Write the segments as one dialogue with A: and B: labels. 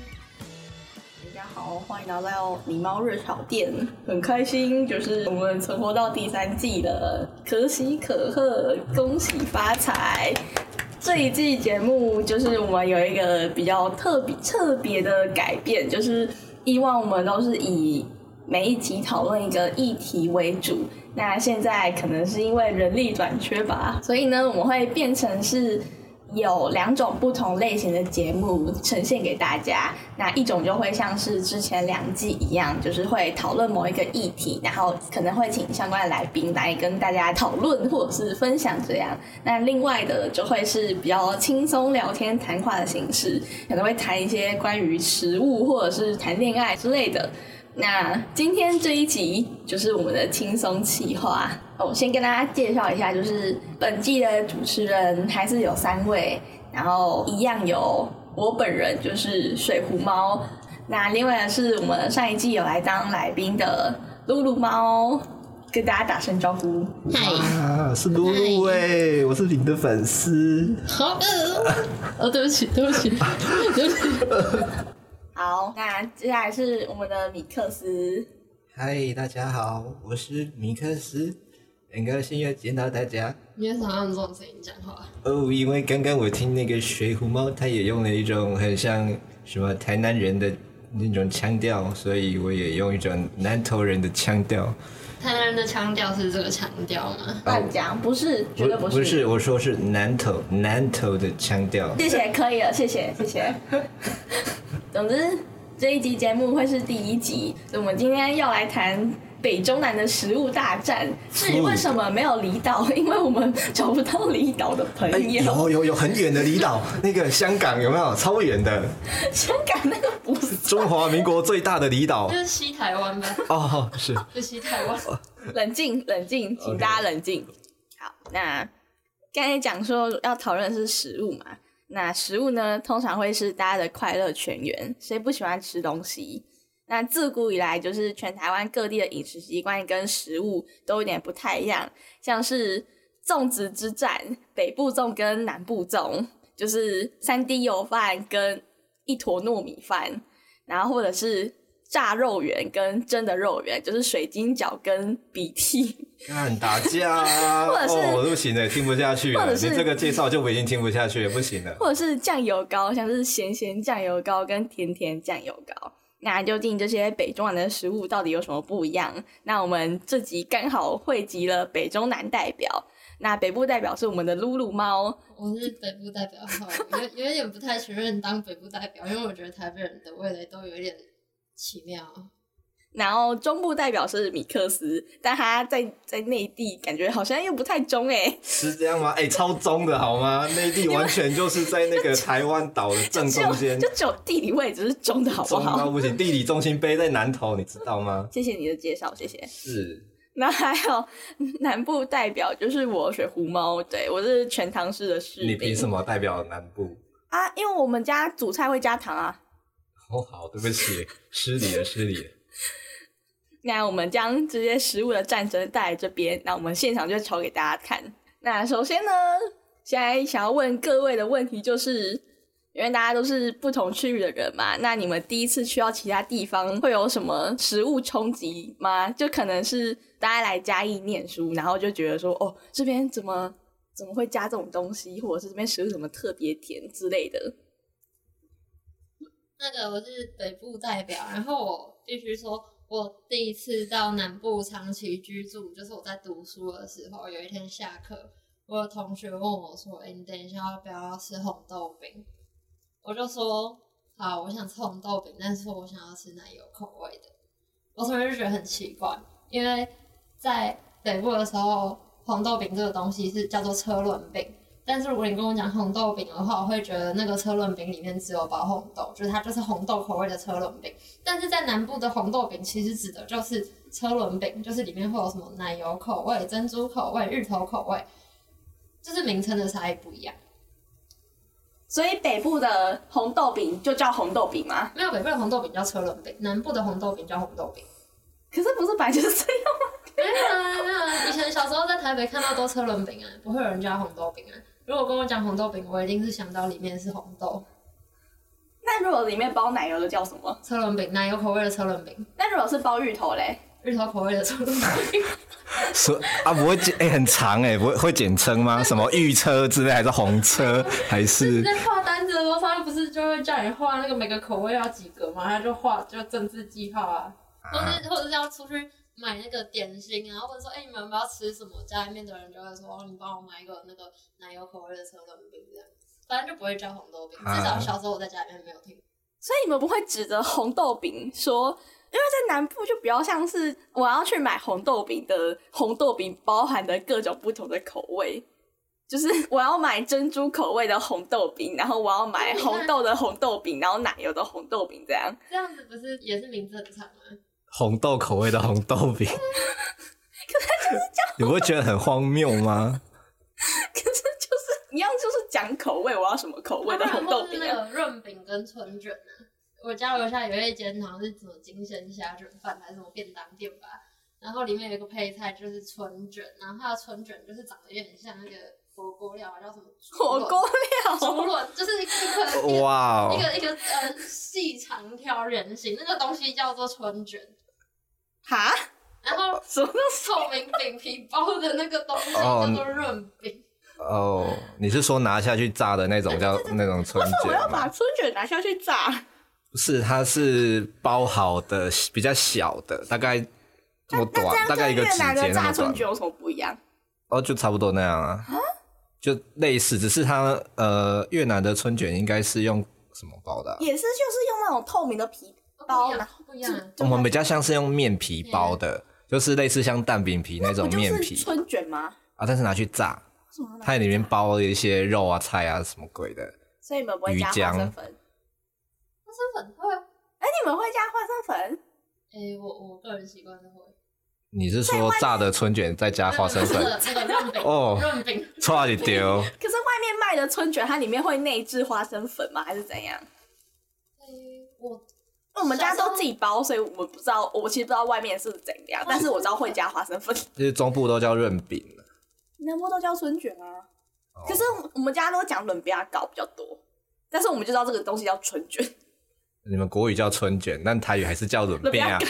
A: 大家好，欢迎来到狸猫热炒店，很开心，就是我们存活到第三季了，可喜可贺，恭喜发财。这一季节目就是我们有一个比较特别特别的改变，就是以往我们都是以每一集讨论一个议题为主，那现在可能是因为人力短缺吧，所以呢，我们会变成是有两种不同类型的节目呈现给大家。那一种就会像是之前两季一样，就是会讨论某一个议题，然后可能会请相关的来宾来跟大家讨论或者是分享这样。那另外的就会是比较轻松聊天谈话的形式，可能会谈一些关于食物或者是谈恋爱之类的。那今天这一集就是我们的轻松企划。哦我先跟大家介绍一下，就是本季的主持人还是有三位，然后一样有我本人，就是水壶猫。那另外是我们上一季有来当来宾的露露猫，跟大家打声招呼。
B: 嗨，
C: 啊，是露露哎，我是你的粉丝。
B: 好饿哦！哦， 对不起，对不起，对不起。
A: 好，那接下来是我们的米克斯。
D: 嗨，大家好，我是米克斯，很高兴又见到大家。
B: 你为什么要用这种声音讲话？
D: 哦，因为刚刚我听那个水浒猫，他也用了一种很像什么台南人的那种腔调，所以我也用一种南投人的腔调。
B: 台南人的腔调是这个腔调吗？
A: 乱讲，不是，绝对
D: 不
A: 是。
D: 是，我说是南投南投的腔调。
A: 谢谢，可以了，谢谢，谢谢。总之，这一集节目会是第一集，我们今天要来谈北中南的食物大战。至于为什么没有离岛，因为我们找不到离岛的朋
C: 哎，
A: 友。
C: 有有有很远的离岛，
D: 那个香港有没有超远的？
A: 香港那个不是
C: 中华民国最大的离岛
B: 就。是西台湾吧，
C: 哦，是
B: 就西台湾。
A: 冷静，冷静，请大家冷静。好，那刚才讲说要讨论的是食物嘛，那食物呢，通常会是大家的快乐泉源，谁不喜欢吃东西？那自古以来，就是全台湾各地的饮食习惯跟食物都有点不太一样，像是粽子之战，北部粽跟南部粽，就是三滴油饭跟一坨糯米饭，然后或者是炸肉圆跟真的肉圆，就是水晶饺跟鼻涕。
D: 看打架啊！
A: 或者是
D: 哦，不行了，听不下去
A: 或
D: 了。
A: 者是
D: 你这个介绍就我已经听不下去了，不行 了。
A: 或者是酱油膏，像是咸咸酱油膏跟甜甜酱油膏。那究竟这些北中南的食物到底有什么不一样？那我们这集刚好汇集了北中南代表。那北部代表是我们的露露猫，
B: 我是北部代表，好有有一点不太承认当北部代表，因为我觉得台北人的味蕾都有一点奇妙。
A: 然后中部代表是米克斯，但他在在内地感觉好像又不太中欸诶、
D: 是这样吗？哎、超中的好吗？内地完全就是在那个台湾岛的正
A: 就
D: 中间
A: 就，只有地理位置是中的好不
D: 中到
A: 好？
D: 不行。地理中心碑在南投，你知道吗？
A: 谢谢你的介绍，谢谢。
D: 是，
A: 那还有南部代表就是我水壶猫，对我是全唐市的士
D: 你凭
A: 兵
D: 什。么代表南部？
A: 啊，因为我们家煮菜会加糖啊。
D: 哦，好，对不 起，失礼了，失礼了。
A: 那我们将这些食物的战争带来这边，那我们现场就炒给大家看。那首先呢，现在想要问各位的问题就是，因为大家都是不同区域的人嘛，那你们第一次去到其他地方会有什么食物冲击吗？就可能是大家来嘉义念书，然后就觉得说，哦，这边怎么怎么会加这种东西，或者是这边食物怎么特别甜之类的。
B: 那个我是北部代表，然后我必须说，我第一次到南部长期居住，就是我在读书的时候，有一天下课，我有同学问我说：“哎、你等一下要不要吃红豆饼？”我就说：“好，我想吃红豆饼，但是我想要吃奶油口味的。”我突然就觉得很奇怪，因为在北部的时候，红豆饼这个东西是叫做车轮饼。但是如果你跟我讲红豆饼的话，我会觉得那个车轮饼里面只有包红豆，就是它就是红豆口味的车轮饼。但是在南部的红豆饼其实指的就是车轮饼，就是里面会有什么奶油口味、珍珠口味、芋头口味，就是名称的差异不一样。
A: 所以北部的红豆饼就叫红豆饼吗？
B: 没有北部的红豆饼叫车轮饼，南部的红豆饼叫红豆饼。
A: 可是不是本来就是这样吗？
B: 没有啊，没有啊！以前小时候在台北看到都车轮饼啊，不会有人叫红豆饼啊。如果跟我讲红豆饼，我一定是想到里面是红豆
A: 那如果里面包奶油的叫什么？
B: 车轮饼，奶油口味的车轮饼，
A: 那如果是包芋头嘞？
B: 芋头口味的车轮饼。
D: 说啊，不会简哎、很长哎、不会会简称吗？什么御车之类，还是红车，还是
B: 在画单子的时候，他们不是就会叫你画那个每个口味要几个嘛？他就画就政治记号啊，或者或者是要出去买那个点心啊，或者说哎、你们要不要吃什么？家里面的人就会说哦，你帮我买一个那个奶油口味的车轮饼这样，反正就不会叫红豆饼。至少小时候我在家里面没有听过。
A: 所以你们不会指着红豆饼说，因为在南部就比较像是我要去买红豆饼的红豆饼包含的各种不同的口味，就是我要买珍珠口味的红豆饼，然后我要买红豆的红豆饼，然后奶油的红豆饼这样。
B: 这样子不是也是名字很长吗？
D: 红豆口味的红豆饼？你不会觉得很荒谬吗？
A: 可是就是一样，就是讲口味，我要什么口味的红豆饼、
B: 那
A: 啊。
B: 个润饼跟春卷啊。我家楼下有一间好像是什么金鲜虾卷饭还是什么便当店吧，然后里面有一个配菜就是春卷，然后它的春卷就是长得有点像那个火锅料啊，叫什么竹
A: 火
B: 轮
A: 锅
B: 竹
A: 料，
B: 轮，就是一个一个
D: 哇哦，
B: 一个一个呃细长条圆形，那个东西叫做春卷，
A: 哈？
B: 然后
A: 什么东西？
B: 透明饼皮包的那个东西
D: 哦
B: 叫做润饼。
D: 哦，你是说拿下去炸的那种叫那种春
A: 我要
D: 卷吗
A: 把？春卷拿下去炸，
D: 不是，它是包好的，比较小的，大概这么
A: 那这
D: 短，
A: 样
D: 大概一
A: 跟
D: 个
A: 越
D: 指
A: 南
D: 节
A: 的
D: 那
A: 炸
D: 么
A: 春
D: 短。
A: 卷有什么不一样？
D: 哦，就差不多那样啊，就类似，只是它呃，越南的春卷应该是用什么包的啊、
A: 也是就是用那种透明的皮包，
B: 不一
A: 然
B: 样
A: 后，
B: 不一样啊。
D: 我
A: 哦
D: 们比较像是用面皮包的，就是类似像蛋饼皮那种
A: 不就
D: 面
A: 是
D: 皮
A: 春卷吗？
D: 啊，但是拿去炸，
A: 什么
D: 它里面包了一些肉啊、菜啊什么鬼的。
A: 所以你们不会加花生粉？
B: 它是粉会
A: 哎、你们会加花生粉？
B: 诶、我我个人习惯是会
D: 你是说炸的春卷再加啊花
A: 嗯
D: 生 粉？
B: 那个润饼
D: 哦
B: 润饼
D: 错就丢，
A: 可是外面卖的春卷，它里面会内置花生粉吗？还是怎样？
B: 诶我
A: 我们家都自己包，所以我不知道，我其实不知道外面是怎样，但是我知道会加花生粉。
D: 就是中部都叫润饼了
A: 南部都叫春卷啊，
D: 哦
A: 可是我们家都讲冷比亚糕比较多，但是我们就知道这个东西叫春卷。
D: 你们国语叫春卷，但台语还是叫润饼啊
A: 润，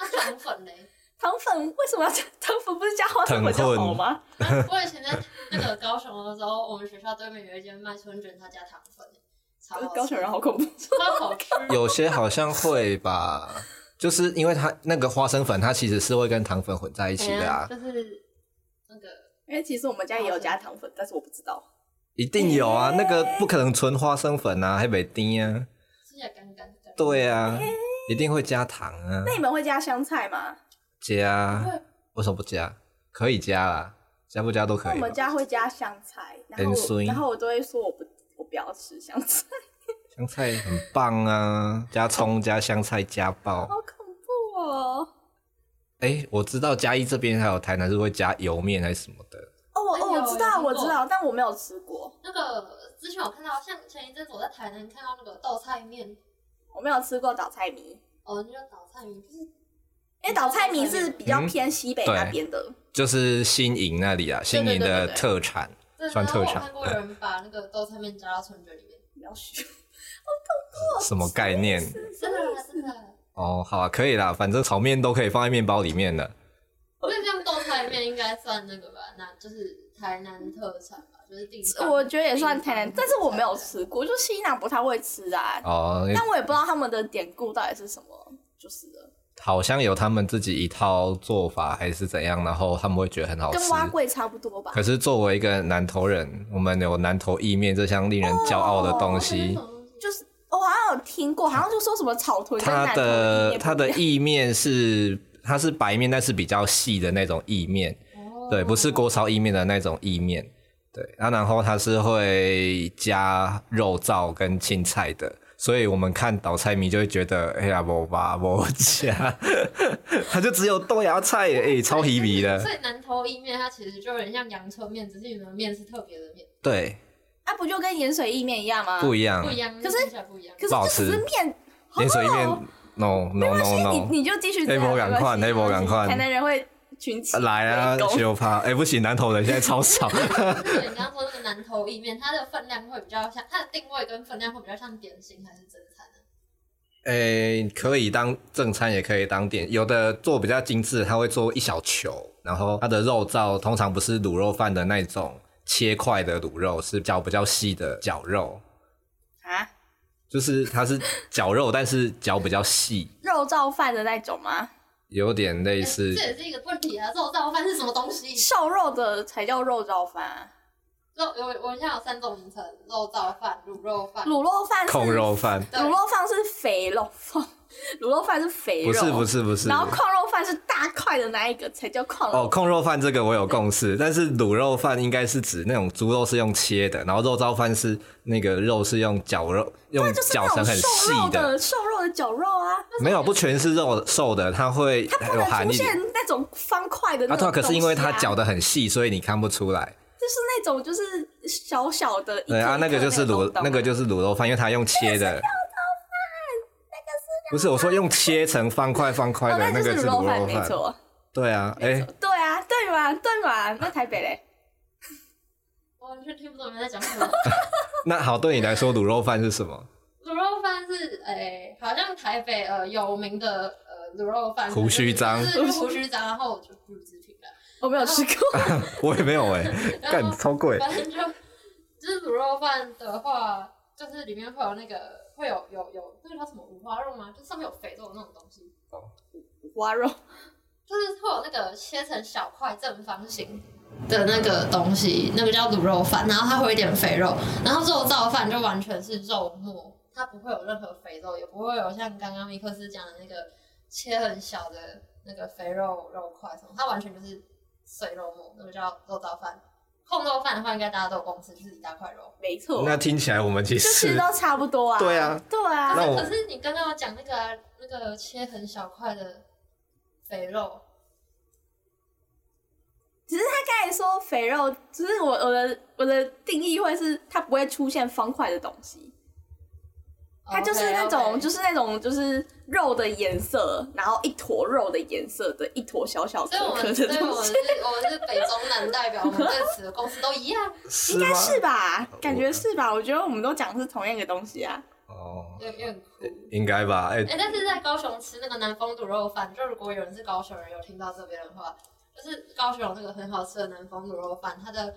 B: 那糖粉嘞，
A: 糖粉为什么要加糖粉？不是加花生粉就好吗？
B: 我以前在那个高雄的时候，我们学校对面有一间卖春卷，他加糖粉，超好吃
A: 高雄人好恐怖。
B: 超好吃。
D: 有些好像会吧，就是因为它那个花生粉，它其实是会跟糖粉混在 一起的
A: 哎
D: 啊，
B: 就是那个
A: 因为其实我们家也有加糖粉，但是我不知道。
D: 一定有啊，那个不可能纯花生粉啊，还没丁啊，
B: 吃起来干干的，
D: 对啊，一定会加糖啊
A: 那，你们会加香菜吗？
D: 加为什么不加？可以加啦，加不加都可
A: 那我
D: 以啊吧。
A: 们家会加香菜，然
D: 很
A: 后我
D: 酸
A: 然后我都会说我不我不要吃香菜，
D: 香菜很棒啊，加葱加香菜加爆。
A: 好恐怖哦！
D: 哎、我知道嘉义这边还有台南是会加油面还是什么的，
A: 哦，我
B: 哎
A: 哦
B: 有
A: 我知道
B: 有听过
A: 我知道，但我没有吃过，
B: 那个之前我看到，像前一阵子我在台南看到那个倒菜面，
A: 我没有吃过倒菜米，
B: 哦，那叫倒菜面，就是
A: 因为倒菜米是比
D: 嗯
A: 较偏西北那边的。
D: 就是新营那里啊，新营的特产。
B: 对，
D: 算
B: 然后
D: 特
B: 我
D: 产
B: 看过有人把那个豆菜面加到春卷里面，
A: 比较虚
D: 什么概念？
B: 真的真的，
D: 哦，好啊，可以啦，反正炒面都可以放在面包里面的。
B: 那这样豆菜面应该算那个吧？那就是台南特产吧，就是地方。
A: 我觉得也算台南，
B: 地方
A: 但是我没有吃过，就西南不太会吃啊。
D: 哦，
A: 但我也不知道他们的典故到底是什么，就是了。
D: 好像有他们自己一套做法还是怎样，然后他们会觉得很好吃
A: 跟。蛙柜差不多吧？
D: 可是作为一个南投人，我们有南投意面这项令人骄傲的东
B: 哦
D: 西。
A: 就是我好像有听过，好像就说什么草屯跟
D: 它
A: 南投意
D: 的
A: 面不
D: 它的
A: 一样
D: 意面是它是白面，但是比较细的那种意面，
B: 哦
D: 对，不是锅烧意面的那种意面，对。啊、然后它是会加肉燥跟青菜的，所以我们看倒菜迷就会觉得，哎呀，我吧我加， 它就只有豆芽菜耶，哎、超皮皮的
B: 所，以南投意面它其实就有点像阳春面，只是你们的面是特别的面，
D: 对，
A: 啊，不就跟盐水意面啊一样吗？
D: 不一样
B: 不，一样，
A: 可是
B: 听起来不一样。
A: 可是
D: 不好
A: 就
D: 吃
A: 只是面，好
D: 盐
A: 不
D: 水意面
A: 好？
D: ，no no no
A: 你
D: no，
A: 你就继续这
D: 哎
A: 样，
D: 不赶快
A: 没关系
D: 哎不赶快
A: 台南人会群起
D: 来啊，
A: 围攻
D: 就怕，哎、不行，南投人现在超少。
B: 就是你刚刚说那个南投意面，它的分量会比较像，它的定位跟分量会比较像点心还是正餐啊呢？
D: 诶、可以当正餐，也可以当点。有的做比较精致，它会做一小球，然后它的肉燥通常不是卤肉饭的那种切块的卤肉，是绞比较细的绞肉，
A: 啊，
D: 就是它是绞肉，但是绞比较细，
A: 肉燥饭的那种吗？
D: 有点类似
B: 哎
A: 嗯
B: 这也是一个问题啊！肉燥饭是什么东西？
A: 瘦肉的才叫肉燥饭啊，
B: 肉有我现在有三种名称：肉燥饭、卤肉饭。
A: 卤肉饭是
D: 控肉，饭，
B: 对
A: 卤肉饭是肥肉饭， 卤肉饭是肥肉，
D: 不是不。是不是
A: 然。后矿肉饭是大块的那一个才叫矿肉
D: 哦，控肉饭这个我有共识，但是卤肉饭应该是指那种猪肉是用切的，然后肉燥饭是那个肉是用绞肉，用
A: 就是
D: 绞
A: 那
D: 成
A: 种
D: 很
A: 瘦
D: 细
A: 肉
D: 的，
A: 的瘦肉的绞肉啊，
D: 没有，不全是肉瘦的，它会
A: 它不
D: 有
A: 能
D: 含
A: 出
D: 一点
A: 现。那种方块的那
D: 啊，
A: 种、
D: 对啊，
A: 东
D: 可是因为它绞
A: 的，
D: 的很细，所以你看不出来。
A: 就是那种就是小小的一颗
D: 对
A: 一颗
D: 啊，那个就是
A: 东
D: 卤，
A: 东哦
D: 那个就是卤肉饭，因为它用切的。不是我说用切成方块方块
A: 哦，
D: 的
A: 那
D: 那
A: 就
D: 个
A: 是
D: 是
A: 卤
D: 卤
A: 肉饭，
D: 肉
A: 没
D: 饭。
A: 错，
D: 对啊，哎，
A: 对啊，对嘛，对嘛，那台北嘞，
B: 我完全听不懂你们在讲什么。
D: 那好，对你来说卤肉饭是什么？
B: 卤肉饭是诶、好像台北呃有名的呃卤肉饭，
D: 胡须章
B: 就是胡须章，然后我就不予置评了。
A: 我
D: 啊
A: 没有吃过，
D: 我也没有哎，
B: 然
D: 干
B: 后
D: 超贵。
B: 反正就就是卤肉饭的话，就是里面会有那个会有有有那个叫什么五花肉吗？就上面有肥肉的那种东西，
A: 花肉，
B: 就是会有那个切成小块正方形的那个东西，那个叫卤肉饭，然后它会有一点肥肉，然后肉燥饭就完全是肉末，它不会有任何肥肉，也不会有像刚刚米克斯讲的那个切很小的那个肥肉肉块什么，它完全就是碎肉末，那个叫肉燥饭。控肉饭的话，应该大家都有共识，就是一大块肉。
A: 没错，
D: 那听起来我们其
A: 就其实
D: 实
A: 都差不多啊，
D: 对啊，
A: 对啊，
D: 那我
B: 可是你刚刚有讲那个啊、那个切很小块的肥肉，。
A: 只是他刚才说肥肉，只是我我的我的定义会是它不会出现方块的东西，它就是那种就是是那种就是肉的颜色，然后一坨肉的颜色的一坨小小颗
B: 所以我
A: 颗
B: 们，所
A: 的
B: 以我
A: 东
B: 们是
A: 西，，
B: 我们是北中南代 表，我们对此的公司都一样。
D: 是
A: 应
D: 吗
A: 该？是吧？感觉是吧？我觉得我们都讲的是同样一个东西啊，
D: 哦，
B: 有有点酷。
D: 应该吧？哎
B: 哎、，但是在高雄吃那个南丰卤肉饭，就如果有人是高雄人，有听到这边的话，就是高雄有那个很好吃的南丰卤肉饭，它的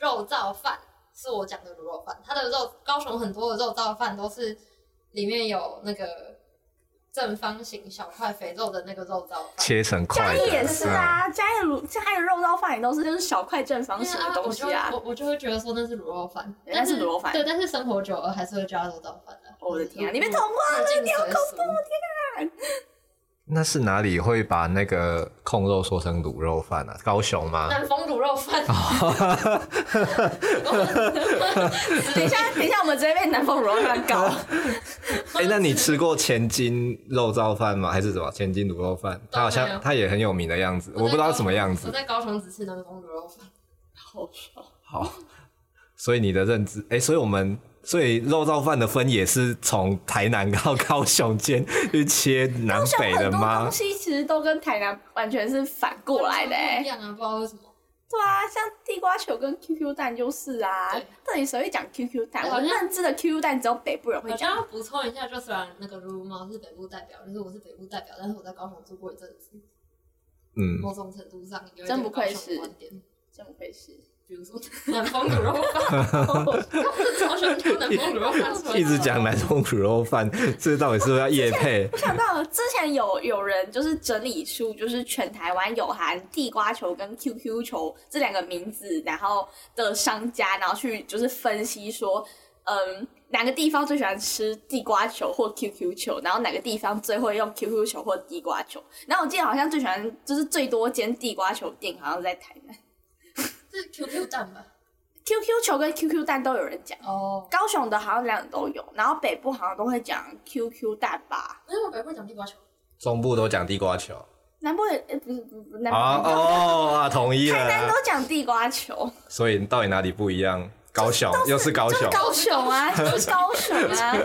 B: 肉燥饭是我讲的卤肉饭，它的肉高雄很多的肉燥饭都是里面有那个正方形小块肥肉的那个肉燥饭。
D: 切成
A: 嘉
D: 块
A: 义
D: 的。
A: 也是啊，嘉义卤嘉义的肉燥饭也都是就是小块正方形的东西
B: 对
A: 啊
B: 我就，我我就会觉得说那是卤肉饭，
A: 对那是卤肉饭
B: 对，但是生活久了还是会加肉燥饭的。嗯
A: 我的天啊，你被同化了！
B: 了，你好恐怖！
D: 那是哪里会把那个控肉说成卤肉饭啊？高雄吗？
B: 南丰卤肉饭，
D: 啊
A: 等一下，等一下，我们直接被南方卤肉饭搞。
D: 哎、那你吃过前金肉燥饭吗？还是什么前金卤肉饭？它好
B: 没有
D: 像它也很有名的样子，我不知道什么样
B: 我
D: 子。
B: 在高雄只吃南丰卤肉饭，
A: 好爽！
D: 好，所以你的认知，哎、所以我们所以肉燥饭的分也是从台南到高雄间去切南
A: 像
D: 北
A: 很
D: 的
A: 多
D: 吗
A: 东？西其实都跟台南完全是反过来的、
B: 不一
A: 欸。
B: 样啊，不知道为什么。
A: 对啊，像地瓜球跟 QQ 蛋就是啊
B: 对。
A: 到底谁会讲 QQ 蛋？
B: 对
A: 我
B: 好像
A: 认知的 QQ 蛋只有北部人会
B: 我
A: 讲。
B: 刚刚补充一下，就虽然那个如猫是北部代表，就是我是北部代表，但是我在高雄住过一阵子，
D: 嗯，
B: 某种程度上有一点
A: 真不愧是
B: 高雄的观点
A: 这么回事？
B: 比如说 南方卤肉 饭，他们超喜欢挑南方卤肉饭出来
D: 一直讲南通卤肉饭，这到底是不是要夜配
A: 我？想到之前有有人就是整理出，就是全台湾有含地瓜球跟 QQ 球这两个名字，然后的商家，然后去就是分析说，嗯，哪个地方最喜欢吃地瓜球或 QQ 球，然后哪个地方最会用 QQ 球或地瓜球。然后我记得好像最喜欢就是最多间地瓜球店好像是在台南
B: 是 QQ 蛋吧？
A: ，QQ 球跟 QQ 蛋都有人讲。
B: 哦，
A: 高雄的好像两个都有，然后北部好像都会讲 QQ 蛋吧，
B: 因为我本来不讲地瓜球，
D: 中部都讲地瓜球
A: 南部也、呃不是不是南
D: 啊
A: 部
D: 哦啊，统一了
A: 台南
D: 啦
A: 都。讲地瓜球，
D: 所以到底哪里不一样？高雄又是高
A: 就是
D: 雄，
A: 高雄 啊，就是高雄啊，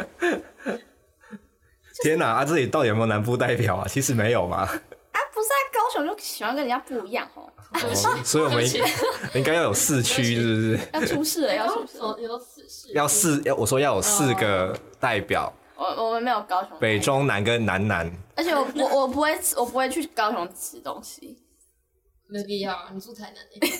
D: 天哪！啊，这里到底有没有南部代表啊？其实没有嘛，
A: 啊不是啊，高雄就喜欢跟人家不一样哦，
D: 哦 所以我们应
B: 对不起
D: 应该要有市区，是不是？
A: 要出事了，要出
B: 有
A: 事
B: 什
A: 了，
B: 么有四是
D: 要四，要我说要有四
A: 哦
D: 个代表，
A: 我我们没有高雄，
D: 北，中南跟南南。
A: 而且我我我不会吃我不会去高雄吃东西，
B: 没必要啊，你住台南欸，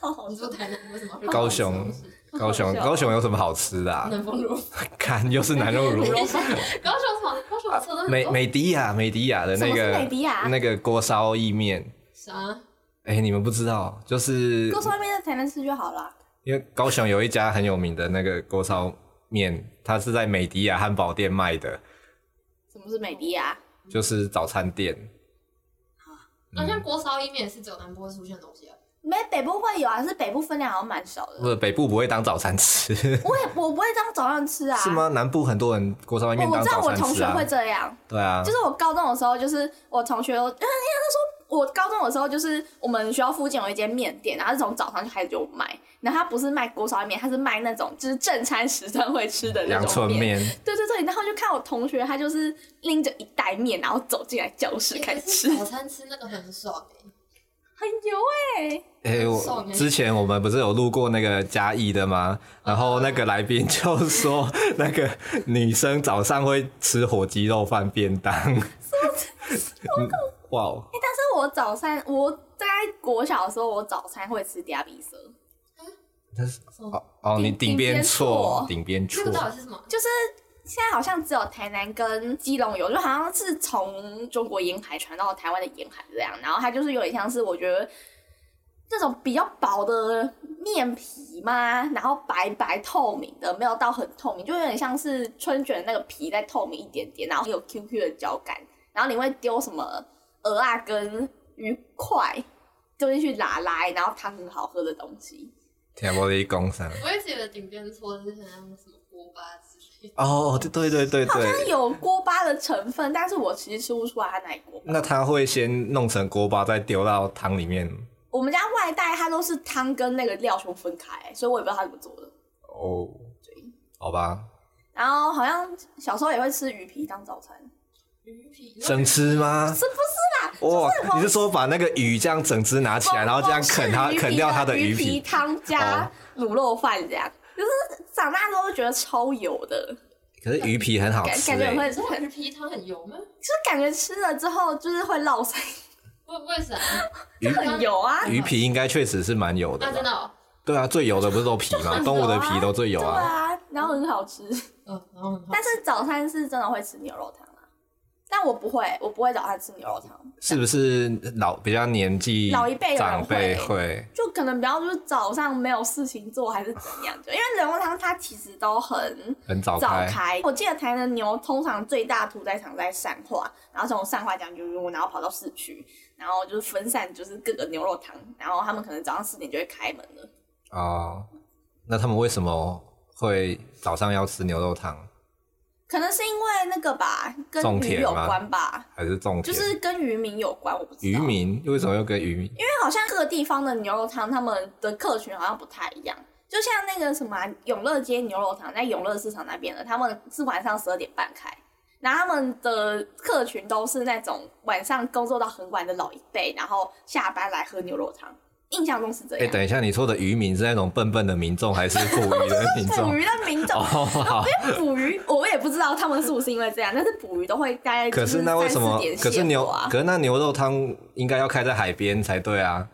A: 哦
B: 你住台南为什么要去
D: 高雄
B: 吃东西
D: 高雄，高雄有什么好吃的、啊？
B: 南方卤
D: 看，又是南肉 乳。
B: 肉饭， 高雄什么？高
D: 啊
B: 雄车都很
D: 美
B: 多
D: 美迪亚，美迪亚的那
A: 什么
D: 个
A: 是美迪亚
D: 那个锅烧意面，
B: 啥？
D: 哎、你们不知道，就是
A: 高雄那边在台南吃就好了，
D: 因为高雄有一家很有名的那个锅烧面，它是在美迪亚汉堡店卖的，
A: 什么是美啊迪亚？
D: 就是早餐店。嗯
B: 好像锅烧意面也是只有南部会出现的东西啊。
A: 没北部会有啊，是北部分量好像蛮少的，
D: 不，北部不会当早餐吃，是
A: 我也我不会当早 上吃啊，
D: 吗？南部很多人锅烧意面
A: 我
D: 当
A: 知道
D: 早
A: 我
D: 餐
A: 同
D: 吃
A: 学
D: 啊
A: 会。这样，
D: 对啊，
A: 就是我高中的时候，就是我同学都，因为那时候我高中的时候，就是我们学校附近有一间面店，然后是从早上就开始就卖，然后它不是卖锅烧面，它是卖那种就是正餐时段会吃的那
D: 阳
A: 种
D: 春面，
A: 对对对，然后就看我同学他就是拎着一袋面，然后走进来教室
B: 欸
A: 开始
B: 可是
A: 吃，
B: 早餐吃那个很爽欸
A: 很油哎、
D: 哎、
B: 送
D: 我
B: 欸
D: 之前我们不是有路过那个嘉义的吗？
A: 啊
D: 然后那个来宾就说， 那个女生早上会吃火鸡肉饭便当。嗯哇哦，
A: 但是我早餐我在国小的时候，我早餐会吃嗲比蛇，
D: 但是
B: 什么
D: 哦哦，你
A: 顶
D: 顶边
A: 边
D: 错
A: 错，
D: 顶边
B: 这
D: 错
B: 个，到底是什么？
A: 就是现在好像只有台南跟基隆有，就好像是从中国沿海传到台湾的沿海这样。然后它就是有点像是我觉得这种比较薄的面皮嘛，然后白白透明的，没有到很透明，就有点像是春卷那个皮再透明一点点，然后有 QQ 的胶感。然后你会丢什么鹅啊跟鱼块丢进去拉拉，然后汤很好喝的东西。
D: 听我的一工伤。
B: 我也记得顶边搓是很像什么锅巴之类的。
D: 哦，对对对
A: 好像
D: 对，
A: 有锅巴的成分，但是我其实吃不出来它哪里锅巴。
D: 那他会先弄成锅巴，再丢到汤里面。
A: 我们家外带它都是汤跟那个料全部分开，所以我也不知道它怎么做的。
D: 哦，好吧，
A: 然后好像小时候也会吃鱼皮当早餐，
B: 鱼皮，
D: 生吃吗？
A: 是不是啦？
D: 哇
A: 就是，我
D: 你是说把那个鱼这样整只拿起来，然后这样啃它，
A: 我是鱼皮啊
D: 啃掉它的
A: 鱼
D: 鱼皮？
A: 汤加卤肉饭这样，就是长大之后就觉得超油的，
D: 可是鱼皮很好
A: 感
D: 吃
A: 感觉
D: 欸
A: 会
B: 你说
A: 很，
B: 鱼皮汤很油吗？
A: 就是感觉吃了之后就是会落腮，
B: 为为啥？
D: 鱼
A: 很油啊。
D: 鱼皮应该确实是蛮油的
B: 啊，真
D: 吧？
B: 的哦。
D: 对啊，最油的不是都皮 吗？
A: 很
D: 动物的
A: 油啊
D: 皮都最油
A: 对
D: 啊。
A: 啊，然后很好吃。
B: 嗯，然后很好
A: 但。是早餐是真的会吃牛肉汤啊，但我不会，我不会早餐吃牛肉汤，
D: 是不是老比较年纪
A: 老一辈的人
D: 长辈
A: 会
D: 会？
A: 就可能比较就是早上没有事情做还是怎样，就因为牛肉汤它其实都很
D: 很早
A: 早
D: 开，
A: 开。我记得台南的牛通常最大屠宰场在善化，然后从善化将军路，然后跑到市区，然后就是分散就是各个牛肉汤，然后他们可能早上四点就会开门了。
D: 哦，那他们为什么会早上要吃牛肉汤，
A: 可能是因为那个吧，跟
D: 种
A: 鱼
D: 田
A: 有
D: 吗
A: 关吧，
D: 还是种
A: 就
D: 田？
A: 是跟渔民有关，我不知道。
D: 渔民为什么又跟渔民？
A: 因为好像各个地方的牛肉汤，他们的客群好像不太一样。就像那个什么啊、永乐街牛肉汤，在永乐市场那边的，他们是晚上十二点半开，然后他们的客群都是那种晚上工作到很晚的老一辈，然后下班来喝牛肉汤。印象中是这
D: 哎、
A: 样。
D: 等一下，你说的渔民是那种笨笨的民众，还是捕鱼的民
A: 捕
D: 众？
A: 鱼的民众，
D: 哦，好。
A: 因为捕鱼我也不知道他们是不是因为这样，但是捕鱼都会大概
D: 可
A: 就是
D: 那为什
A: 三
D: 么
A: 四点？
D: 可是
A: 卸
D: 牛
A: 货啊，
D: 可是那牛肉汤应该要开在海边才对啊。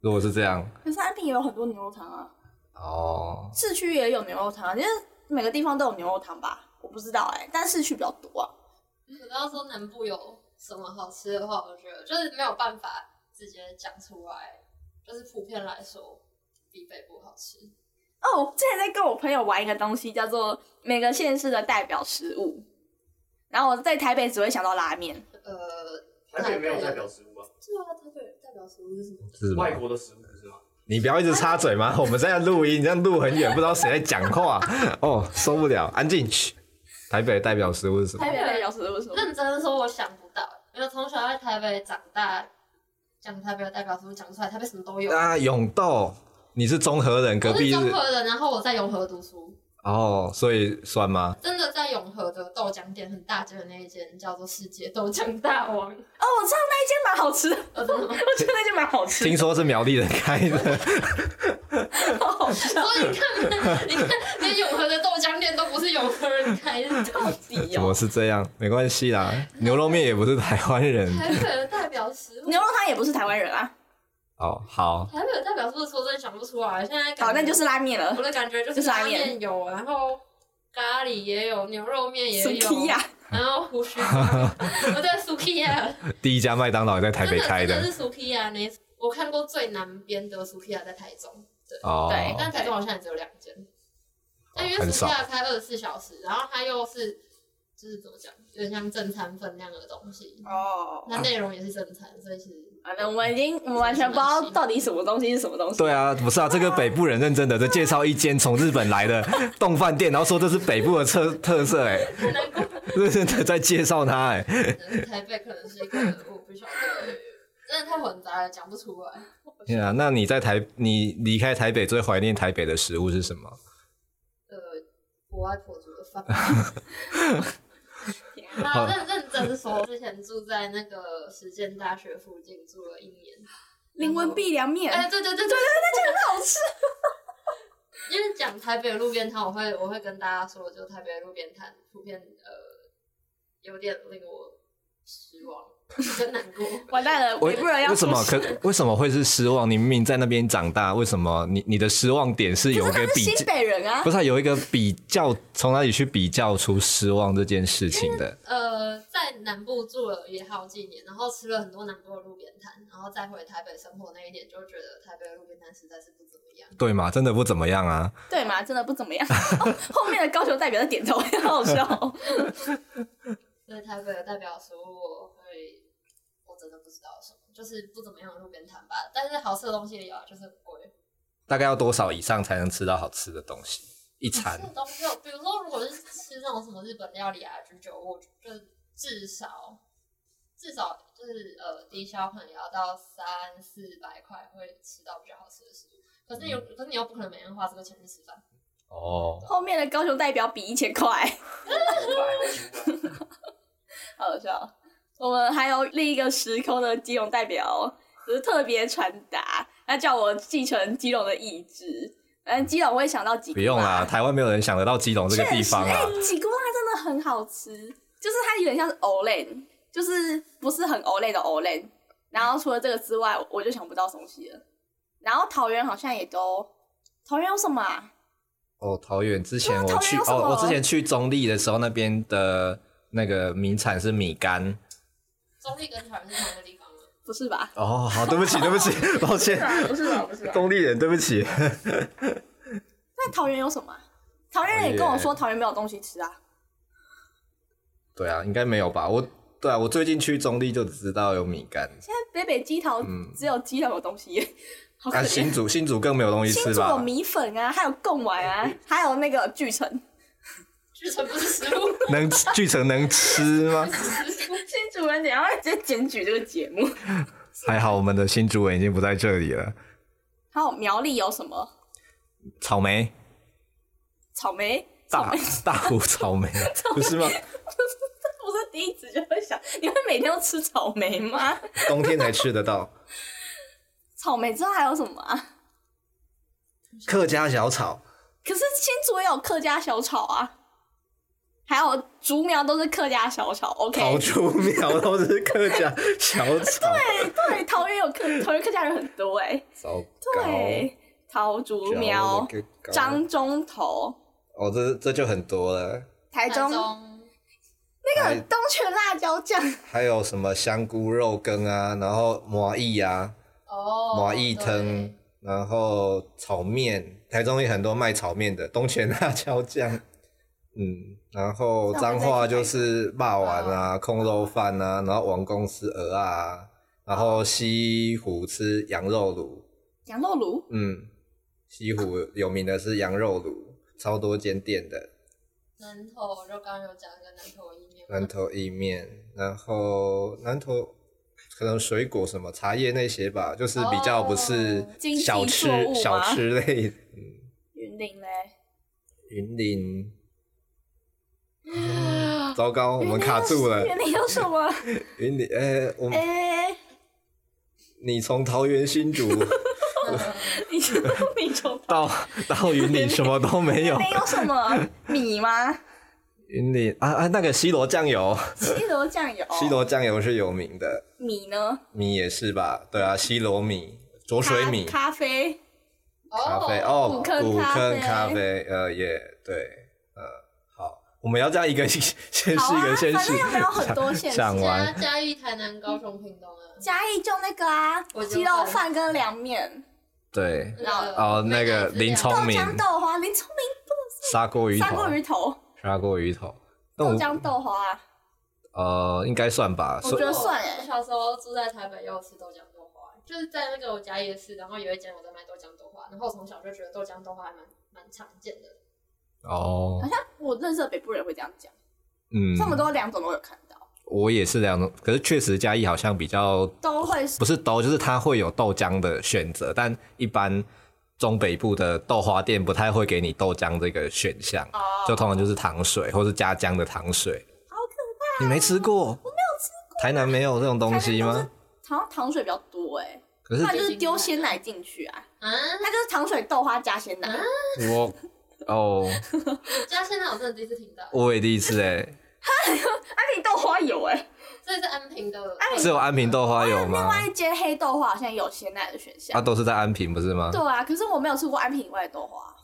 D: 如果是这样，
A: 可是安平也有很多牛肉汤啊，
D: 哦，
A: 市区也有牛肉汤啊，就是每个地方都有牛肉汤吧？我不知道哎、但市区比较多啊。
B: 我要说南部有什么好吃的话，我觉得就是没有办法直接讲出来，就是普遍来说比北部好吃。
A: 哦，我之前在跟我朋友玩一个东西，叫做每个县市的代表食物。然后我在台北只会想到拉面，
B: 呃，
E: 台北没有代表食物啊，
B: 对啊，台北代表食物是什么？
D: 是吗
E: 外？国的食物不是吗？
D: 你不要一直插嘴嘛，我们现在录音，你这样录很远，不知道谁在讲话，哦，受不了，安静。嘘台北的代表食物是什么？
A: 台北代表食物是什么？
B: 认真说，我想不到，因为从小在台北长大，讲台北的代表食物讲出来，台北什么都有。
D: 啊，永豆，你是中和人，隔
B: 我是
D: 壁
B: 中
D: 是
B: 和人，然后我在永和读书，
D: 哦，所以算吗？
B: 真的在永和的豆浆店很大间的那一间叫做世界豆浆大
A: 哦，
B: 王。
A: 我知道那一间蛮好吃的，
B: 哦，真的吗？
A: 我觉得那间蛮好吃的
D: 听，说是苗栗人开的，
A: 好好笑
B: 所以你看，你看，连永和的豆浆店都不是永和人开的。
A: 到 底
D: 怎
A: 哦
D: 么。是这样？没关系啦，牛肉面也不是台湾人。
B: 台北的代表食物，
A: 牛肉汤也不是台湾人啊，
D: 哦，好，
B: 台北的代表食物说真的想不出来。现在感觉
A: 好，那就是拉面了
B: 我。的感觉就是
A: 就是拉
B: 拉
A: 面
B: 面有，然后咖喱也有，牛肉面也
A: 什
B: 有
A: 么，呀？
B: 然后 胡须章，我对 Sukiya
D: 第一家麦当劳也在台
B: 真
D: 北
B: 的
D: 开
B: 真的
D: 的
B: 是 Sukiya 那一次，我看过最南边的 Sukiya 在台中，
D: 哦，
A: 对
B: 但台中好像也只有两间。但因为
D: 很少
B: Sukiya 开二十四小时，然后它又是就是怎么讲，有点像正餐分量的东西，
A: 哦，
B: 那内容也是正餐，所以其实
A: 反正我们已经我们完全不知道到底什么东西是什么东西。
D: 对啊，不是啊，这个北部人认真的在介绍一间从日本来的冻饭店，然后说这是北部的特特色、欸，
B: 很难 过。
D: 认真的在介绍它、欸，
B: 台北可能是一个我不晓得， 真的太混杂了，讲不出来。
D: 天啊，那你在台，你离开台北最怀念台北的食物是什么？
B: 呃，我外婆煮的饭。 啊
A: 天
B: 那认认真说，之前住在那个实践大学附近住了一年。
A: 林文碧凉面，
B: 哎，对对对对对对，
A: 那好吃。
B: 因为讲台北路边摊，我会我会跟大家说，就台北路边摊普遍呃有点令我失望，真难过。
A: 完蛋了，
D: 为
A: 北部人要
D: 为什么
A: 出
D: 可
A: 事
D: 为什么会是失望？你明明在那边长大，为什么你你的失望点是有一个
A: 可是
D: 比
A: 新北人啊
D: 不，是啊、有一个比较，从哪里去比较出失望这件事情的？
B: 呃，在南部住了也好几年，然后吃了很多南部的路边摊，然后再回台北生活那一点，就觉得台北的路边摊实在是不怎么样。
D: 对嘛？真的不怎么样啊。
A: 对嘛，真的不怎么样。 哦后面的高雄代表在点头， 好好笑哦。
B: 所以台北的代表食物，我会我真的不知道什么，就是不怎么样的路边摊吧。但是好吃的东西也有啊，就是很贵。
D: 大概要多少以上才能吃到好吃的东西？一餐
B: 吃的东西有，比如说如果是吃那种什么日本料理啊、居酒屋，就是至少至少就是呃低消可能也要到三四百块会吃到比较好吃的食物。可是你有，可是你又不可能每天花这个钱去吃饭。
D: 哦，
A: 后面的高雄代表比一千块，好好笑。我们还有另一个时空的基隆代表，就是特别传达，他叫我继承基隆的意志。嗯，基隆我也想到几
D: 不用 啦，台湾没有人想得到基隆这个地方
A: 确实
D: 啊。
A: 哎、吉古拉真的很好吃，就是它有点像是 Olay，就是不是很 Olay 的 Olay。然后除了这个之外，我就想不到东西了。然后桃园好像也都，桃园有什么、啊？
D: 哦，桃园之前
A: 对啊
D: 我去
A: 桃园有什么
D: 哦，我之前去中立的时候，那边的那个名产是米干。
B: 中立跟台湾是同一个地方吗？
A: 不是吧？
D: 哦，好，对不 起，对不起，抱歉，
A: 不是啊吧？不是吧？
D: 中立人，对不起。
A: 那桃园有什么啊、桃园人也跟我说桃园没有东西吃啊。
D: 对啊，应该没有吧？我对啊，我最近去中立就只知道有米干，
A: 现在北北鸡桃
D: 嗯
A: 只有鸡头有东西耶，好可
D: 但
A: 怜
D: 啊新。竹新竹更没有东西
A: 新
D: 吃
A: 竹有
D: 吧？嗯
A: 米粉啊，还有贡丸啊，还有那个巨城。
B: 巨城不是食物，
D: 能巨城能吃 吗？
A: 新竹人等一下会直接检举这个节目。
D: 还好我们的新竹人已经不在这里了。
A: 还有苗栗有什么？
D: 草莓，
A: 草莓，草
D: 大
A: 莓
D: 大湖草 莓，不是吗？
A: 不是第一直就会想，你会每天都吃草莓 吗？
D: 冬天才吃得到
A: 草莓之后还有什么啊？
D: 客家小炒，
A: 可是新竹也有客家小炒啊，还有竹苗都是客家小炒 ，OK？
C: 好出苗都是客家小 炒，
A: 对，桃园有客，桃园客家人很多哎、
D: 糟糕，
A: 对，桃竹苗、张中头、
D: 哦，这这就很多了，
A: 台哎中
B: 中
A: 那个
D: 还
A: 东泉辣椒酱，
D: 还有什么香菇肉羹啊，然后麻薏啊，
B: 哦，
D: 麻薏汤
B: 对，，
D: 然后炒面，台中也很多卖炒面的，东泉辣椒酱，嗯，然后彰化就是霸丸啊、空肉饭啊，然后王宫吃鹅啊，然后西湖吃羊肉卤，
A: 羊肉炉，
D: 嗯，西湖有名的是羊肉卤，超多间店的，
B: 南投就刚刚有讲一个南投意面嘛，
D: 南投意面，然后南投可能水果什么茶叶那些吧，就是比较不是
B: 哦
A: 经济
D: 小吃、
A: 作物吗
D: 小吃类的。
A: 云林嘞，
D: 云 林，糟糕，我们卡住了。
A: 云林有 什么？
D: 云林，哎、我们
A: 哎、
D: 你从桃园新 竹
B: 哦
A: 你你从
D: 到到云林什么都没有
A: 云。林有什么米吗？
D: 云林啊啊，那个西罗酱油，
A: 西罗酱油，
D: 西罗酱油是有名的，
A: 米呢？
D: 米也是吧？对啊，西罗米、浊水米、
A: 咖咖啡，
D: 咖啡
B: 哦，
D: 哦，
A: 古坑
D: 古
A: 咖
D: 坑
A: 啡
D: 咖啡，呃，也对，呃，好，我们要这样一个 先是一
A: 好啊
D: 个先
A: 反
D: 是
A: 正又没有很多县市
D: 讲
B: 嘉
D: 完
B: 嘉义、台南、高雄、屏东啊，
A: 嘉义就那个啊
B: 我，就
A: 鸡肉饭跟凉面，
D: 对
B: 那个
D: 哦，那个林
A: 豆
D: 聪明
A: 浆豆花，林聪明
D: 砂锅鱼
A: 砂锅
D: 头，
A: 鱼头，
D: 砂锅鱼头，那
A: 豆
D: 我
A: 浆豆花啊，
D: 呃应该算吧，
A: 我
D: 所
A: 觉得
D: 以
A: 算欸
B: 我小时候住在台北，又吃豆浆豆花，就是在那个我家夜市，然后有一间我在卖豆浆豆花，然后我从小就觉得豆浆豆花还蛮蛮常见的。
D: 哦
A: 好，像我认识的北部人会这样讲，
D: 嗯，
A: 这么多两种都有看到，
D: 我也是两种，可是确实嘉义好像比较
A: 都会
D: 不是豆，就是它会有豆浆的选择，但一般中北部的豆花店不太会给你豆浆这个选项。
A: 哦，
D: 就通常就是糖水或是加姜的糖水。
A: 好可
D: 你没吃过？我没有吃过。台南没有这种东西
A: 台南
D: 吗？
A: 好像糖水比较多哎，
D: 可
A: 不
D: 是
A: 然就是丢鲜奶进去啊，
B: 啊，
A: 它就是糖水豆花加鲜奶，
D: 我哦，
B: 家现在我真的第一次听到，
D: 我也第一次哎、
A: 安平啊豆花有
D: 啊
A: 哎，
B: 这是安平的，
D: 只有安平豆花有
A: 另
D: 吗？
A: 外一间黑豆花好像有鲜奶的选
D: 啊，
A: 项，
D: 都是在安平不是吗？
A: 对啊，可是我没有吃过安平以外的豆花。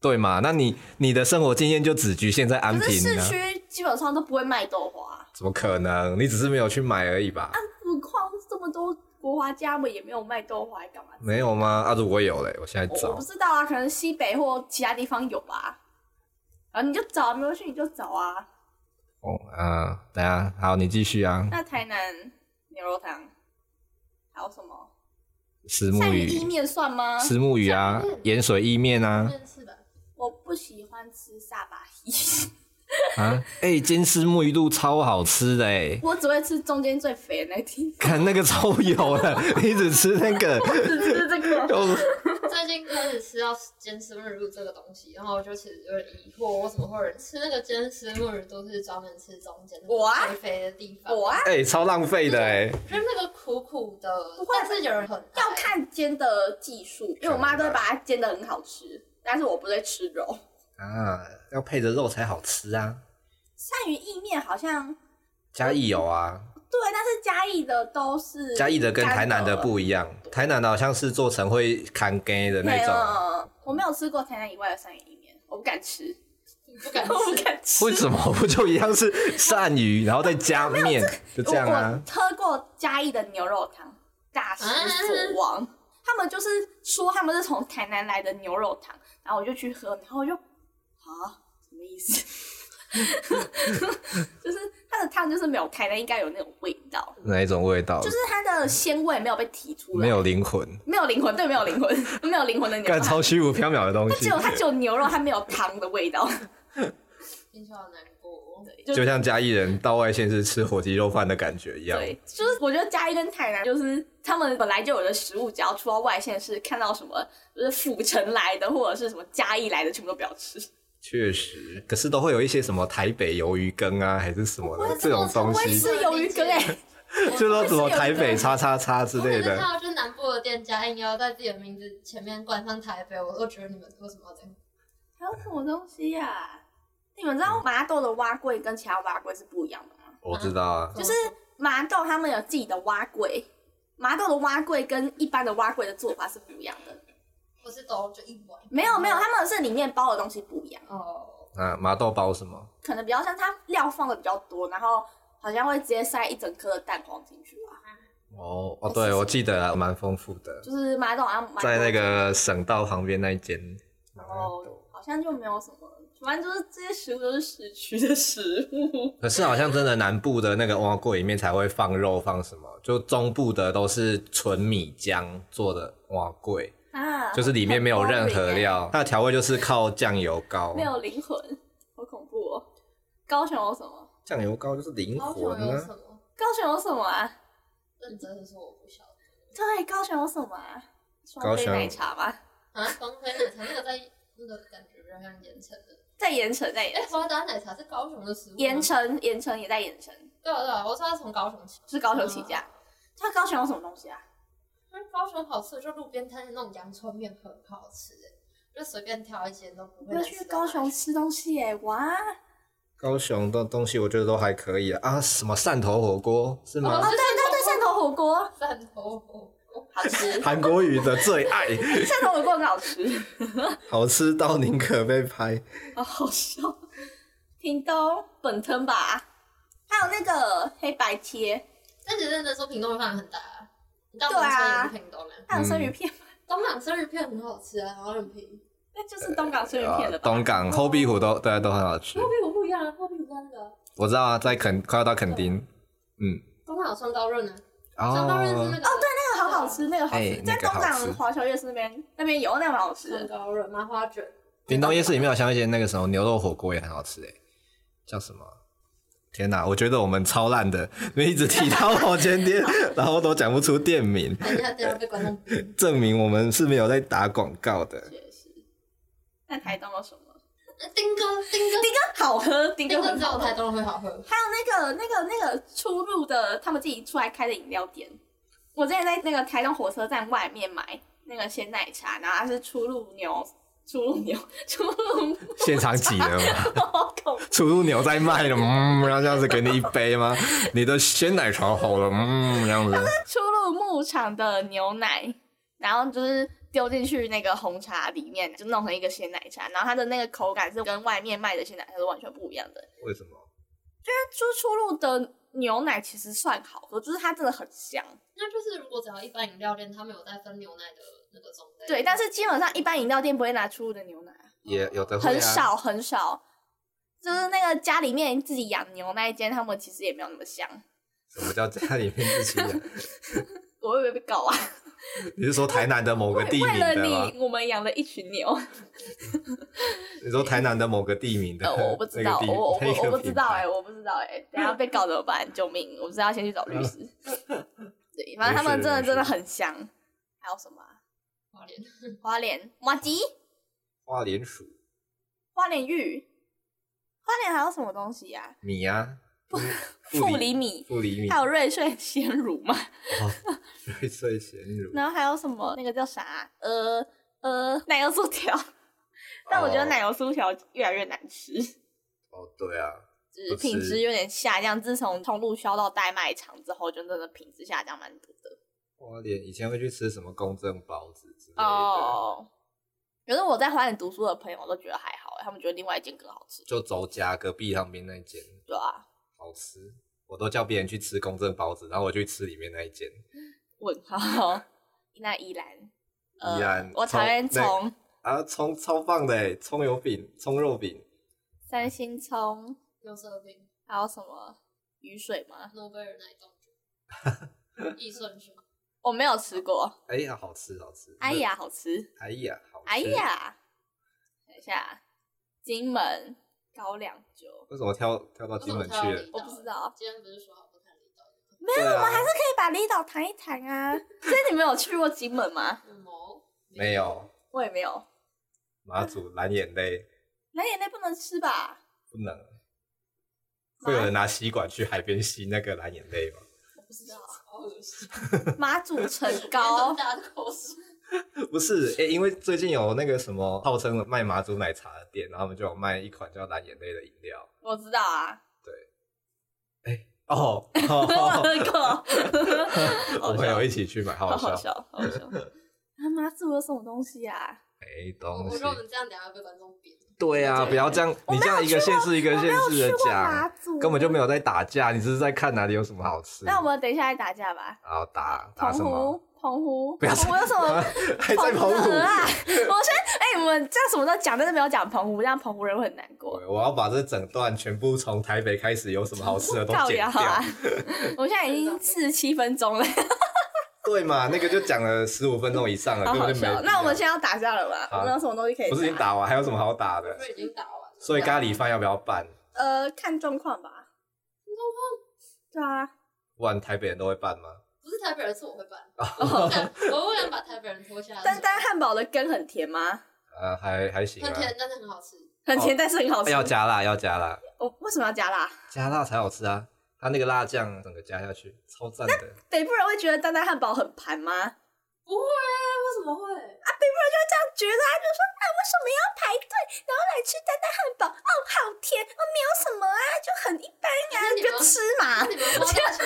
D: 对嘛？那你你的生活经验就只局限在安
A: 可是
D: 平
A: 市
D: 呢？
A: 区基本上都不会卖豆花，
D: 怎么可能？你只是没有去买而已吧？
A: 何况这么多国华家们也没有卖豆花，还干嘛？
D: 没有吗？啊，如果有嘞，我现在
A: 我我
D: 找
A: 不。知道啊，可能西北或其他地方有吧。啊，你就找，没关系，你就找啊。
D: 哦啊，等一下，好，你继续啊。
A: 那台南牛肉汤还有什么？
D: 石
A: 鳝
D: 目
A: 鱼
D: 鱼，
A: 意面算吗？
D: 石目鱼啊，盐水意面啊。
B: 面试的，
A: 我不喜欢吃萨巴伊，嗯
D: 啊，哎、煎丝木鱼露超好吃的哎、
A: 我只会吃中间最肥的那天，
D: 看那个超油的，你只吃那个，
A: 只吃这个。
D: 就
B: 最近开始吃到煎丝木耳露这个东西，然后我就其实有点疑惑，为什么会有人吃那个煎丝木耳都是专门吃中间的
A: 我啊
B: 肥肥的地方？
A: 我啊，
D: 哎、超浪费的哎、
B: 就是那个苦苦的
A: 不，会
B: 但是有人很爱
A: 要看煎的技术，因为我妈都会把它煎的很好吃，但是我不会吃肉。
D: 啊，要配着肉才好吃啊，
A: 鳝鱼意面好像
D: 嘉义有啊，
A: 对，但是嘉义的都是
D: 嘉义的跟台南的不一样，台南的好像是做成会砍干的
A: 干的
D: 那种，
A: 嗯我啊没有吃过台南以外的鳝鱼意面，我不敢吃，
B: 你不敢
A: 我不
B: 吃。
A: 敢吃。
D: 为什么不就一样是鳝鱼，然后再加面，就这样啊？
A: 我我喝过嘉义的牛肉汤，大失所望。他们就是说他们是从台南来的牛肉汤，然后我就去喝，然后我就啊，什么意思？ 就是它的汤就是没有台南应该有那种味道，
D: 哪一种味道？
A: 就是它的鲜味没有被提出来，
D: 嗯没有灵魂，
A: 没有灵魂，对，没有灵魂， 没有灵魂的牛肉
D: 干
A: 汤
D: 超虚无缥缈的东
A: 它只
D: 西
A: 有，它只有牛肉，它没有汤的味道，
B: 听说好难过，
A: 就
D: 就像嘉义人到外县市吃火鸡肉饭的感觉一样。
A: 对，就是我觉得嘉义跟台南就是他们本来就有的食物，只要出到外县市，看到什么就是府城来的或者是什么嘉义来的，全部都不要吃。
D: 确实，可是都会有一些什么台北鱿鱼羹啊，还是什么的这种东
A: 我也
D: 西
A: 吃，鱿鱼羹哎、
D: 就说什么台北叉叉叉之
B: 我
D: 类
B: 每次看
D: 的。
B: 到就是南部的店家硬要在自己的名字前面冠上台北，我都觉得你们为什么要这样？
A: 还有什么东西呀、你们知道麻豆的蛙柜跟其他蛙柜是不一样的吗？
D: 我知道啊，
B: 嗯
A: 就是麻豆他们有自己的蛙柜，麻豆的蛙柜跟一般的蛙柜的做法是不一样的。
B: 不是都就一碗？
A: 没有没有，他们是里面包的东西不一样，
B: 哦，
D: 那麻豆包什么？
A: 可能比较像它料放的比较多，然后好像会直接塞一整颗的蛋黄进去吧。
D: 哦哦，对，我记得啊，蛮丰富的，
A: 就是麻豆好像蛮多
D: 在那个省道旁边那一间。
A: 然后哦好像就没有什么，反正就是这些食物都是市区的食物。
D: 可是好像真的南部的那个蛙柜里面才会放肉放什么，就中部的都是纯米浆做的蛙柜，
A: 啊，
D: 就是里面没有任何料，它的调味就是靠酱油膏
A: 没。有灵魂，好恐怖哦！高雄有什么？
D: 酱油膏就是灵
B: 高雄
D: 魂
B: 有
D: 啊
B: 什，么？
A: 高雄有什么啊？
B: 认真的说我不晓得。
A: 对，高雄有什么啊？双
D: 高
A: 杯
D: 雄
A: 奶茶吧，
B: 啊，双飞奶茶那个在那个感觉比较像盐城的。
A: 在盐城那里
B: 哎，，花达奶茶是高雄的食物吗。
A: 盐城盐城也在盐城，
B: 对啊对啊，我说它从高雄起。
A: 是高雄起家。它高雄有什么东西啊？
B: 那高雄好吃，就路边摊的那种阳春面很好吃，就随便挑一间都不会
A: 要
B: 难吃
A: 去
B: 到
A: 高
B: 哪
A: 雄
B: 里
A: 吃东西耶、哇！
D: 高雄的东西我觉得都还可以啊。啊什么汕头火锅是
B: 哦
D: 吗？
A: 哦，对对 对，汕头火锅
B: 汕头火锅，
A: 好吃，
D: 韩国语的最爱，
A: 汕头火锅很好吃。
D: 好吃到宁可被拍。
A: 啊， 好笑。屏东本藤吧，还有那个黑白贴，
B: 但其实认真说，屏东的饭很大啊，你到
A: 对
B: 屏
A: 啊
B: 东也是屏东人。
A: 还有生鱼片，
D: 嗯
B: 东港生鱼片很好吃啊，然后很便宜。
A: 那就是东港生鱼片的吧？
D: 啊呃东港、后壁湖都对啊都很好吃
B: 后，壁湖不一样啊，后壁湖那个
D: 我知道啊，在垦快要到垦丁，嗯，
B: 东港有双刀润啊，双刀润是
D: 哦
B: 那，个哦对，
A: 那个好好吃，那个好吃，
D: 哎
A: 在
D: 那个
A: 东
D: 好吃嗯
A: 港华侨夜市那边那边有，那个蛮好吃
B: 双
A: 的。
B: 刀润麻花卷，
D: 屏东夜市里面好像一些那个什么牛肉火锅也很好吃诶，叫什么？天哪，我觉得我们超烂的，因为一直提到某间店，然后都讲不出店名，
B: 等一下等一下被观众逼。
D: 证明我们是没有在打广告的。
A: 确实。那台东有什么？
B: 那丁哥丁哥
A: 丁哥好喝，丁
B: 丁
A: 哥
B: 哥
A: 很
B: 只有
A: 好喝。
B: 台东人会好喝，
A: 还有那个那个那个出入的，他们自己出来开的饮料店，我之前在那个台东火车站外面买那个鲜奶茶，然后它是出入牛，出入牛， 出入
D: 现场挤的嘛，
A: 好恐怖。
D: 出入牛在卖的，嗯，然后这样子给你一杯吗？ 你的鲜奶茶好了，嗯，这样子。
A: 出入牧场的牛奶，然后就是丢进去那个红茶里面，就弄成一个鲜奶茶，然后它的那个口感是跟外面卖的鲜奶茶是完全不一样的。
D: 为什么？
A: 但出出入的牛奶其实算好喝，就是它真的很香，
B: 那就是如果只要一般饮料店，他们有在分牛奶的那个种类。
A: 对。但是基本上一般饮料店不会拿出入的牛奶，
D: 也有的会啊
A: 很少很少。就是那个家里面自己养牛那一间，他们其实也没有那么香。
D: 什么叫家里面自己养？
A: 我会不会被告啊？
D: 你是说台南的某个地
A: 为
D: 名
A: 了
D: 的吗？
A: 你，我们养了一群牛。
D: 你说台南的某个地名的？
A: 呃，我不知道，
D: 那个地
A: 我我
D: 那个
A: 我我不知
D: 品
A: 道
D: 牌
A: 哎、我不知道哎、等下被告怎么办？ 救命！我不知道，先去找律师。 对，反正他们真的
D: 没事没事
A: 真的很香。还有什么啊、
B: 花莲
A: 花莲马吉、
D: 花莲薯
A: 花莲玉、花莲还有什么东西呀、
D: 米 啊，
A: 富
D: 富
A: 里
D: 里
A: 米，
D: 不厘米，
A: 还有瑞穗鲜乳嘛？
D: 哦瑞穗咸乳，
A: 然后还有什么那个叫啥啊、呃呃，奶油酥条。但我觉得奶油酥条越来越难吃，
D: 哦，对啊，
A: 就是
D: 不吃
A: 品质有点下降。自从通路销到代卖场之后，就真的品质下降蛮多的。
D: 花莲以前会去吃什么公正包子之类的，
A: 哦，可是我在花莲读书的朋友都觉得还好，他们觉得另外一间更好吃，
D: 就周家隔壁旁边那间
A: 对啊，
D: 好吃，我都叫别人去吃公正包子，然后我就去吃里面那一间。
A: 问号。 那宜兰，呃
D: 宜兰
A: 我讨厌
D: 葱
A: 葱，
D: 啊，葱超棒的欸，葱油饼、葱肉饼，
A: 三星葱，
B: 有色饼，
A: 还有什么雨水吗？
B: 诺贝尔奶冻 卷，益顺是吗？
A: 我没有吃过，
D: 哎呀，好吃好吃！
A: 哎，呀，好吃，
D: 哎呀，好吃！
A: 哎，呀，等一下，金门高粱酒，
D: 为什么跳跳到
B: 为什
D: 金
B: 么
D: 门
B: 跳到
D: 去
B: 离
D: 了
B: 岛？
A: 我不知道
B: 今天不是说好不看离岛的吗？
A: 没有，
D: 对啊
A: 我们还是可以把离岛谈一谈啊。 所以你们有去过金门吗？
B: 什么？
D: 没有
A: 我也没有，
D: 马祖蓝眼泪，
A: 蓝眼泪不能吃吧？
D: 不能。
A: 啊
D: 会有人拿吸管去海边吸那个蓝眼泪吗？
B: 我不知道，好恶心，
A: 马祖城
B: 高
A: 高，
B: 大的口水。
D: 不是，哎、因为最近有那个什么号称卖马祖奶茶的店，然后他们就有卖一款叫蓝眼泪的饮料。
A: 我知道啊，
D: 哦，
A: 我
D: 哦
A: 喝 过，
D: 我朋友一起去买，好
A: 好
D: 笑
A: 好，笑，好好笑。他妈是我什么东西啊？
D: 没
B: 我
D: 东
B: 觉
D: 西
B: 得。我们这样等下被观众扁。
D: 对啊，不要这样，
A: 我
D: 你
A: 没
D: 这
A: 有
D: 样一个
A: 去过
D: 县市一个
A: 我没
D: 县
A: 有
D: 市的
A: 去过马
D: 讲，
A: 祖
D: 根本就没有在打架，你只是在看哪里有什么好吃。
A: 那我们等一下来打架吧。
D: 然后打打
A: 澎
D: 什么？
A: 湖，澎湖，
D: 不要
A: 澎湖有什么？
D: 还在澎 湖
A: 的鹅？啊！我先哎、我们这样什么都讲，但是没有讲澎湖，让澎湖人会很难过。
D: 我要把这整段全部从台北开始有什么好吃的都
A: 靠
D: 剪
A: 呀
D: 掉，
A: 啊！我现在已经四十七 分钟了，
D: 对嘛？那个就讲了十五分钟以上了，
A: 好
D: 根
A: 好
D: 本就啊没有。
A: 笑。那我们现在要打架了吧？
D: 好
A: 我们有什么东西可以？
D: 不是已经？打完，还有什么好打的
B: 不？是已经打完了，
D: 所以咖喱饭要不要办？
A: 呃，看状况吧。啊状况？
D: 不然台北人都会办吗？
B: 不是台北人是我会办，
D: 哦
B: 我不敢，我不敢把台北人拖下
A: 对啊，
B: 来。
A: 但但汉堡的根很甜吗？
D: 呃，还还行啊啊
B: 很。甜，但是很好吃。
A: 很甜，但是很好吃。
D: 哦要加辣，要加辣，
A: 我为什么要加辣？
D: 加辣才好吃啊！它那个辣酱整个加下去，超赞的。
A: 北部人会觉得丹丹汉堡很盘吗？他
B: 不会啊，为什么会？
A: 啊觉得他就说啊，为什么要排队，然后来吃丹丹汉堡？哦，好甜，哦，没有什么啊，就很一般啊，
B: 那
A: 你
B: 你
A: 就
B: 们
A: 吃
B: 那
A: 嘛。
B: 你们花大钱，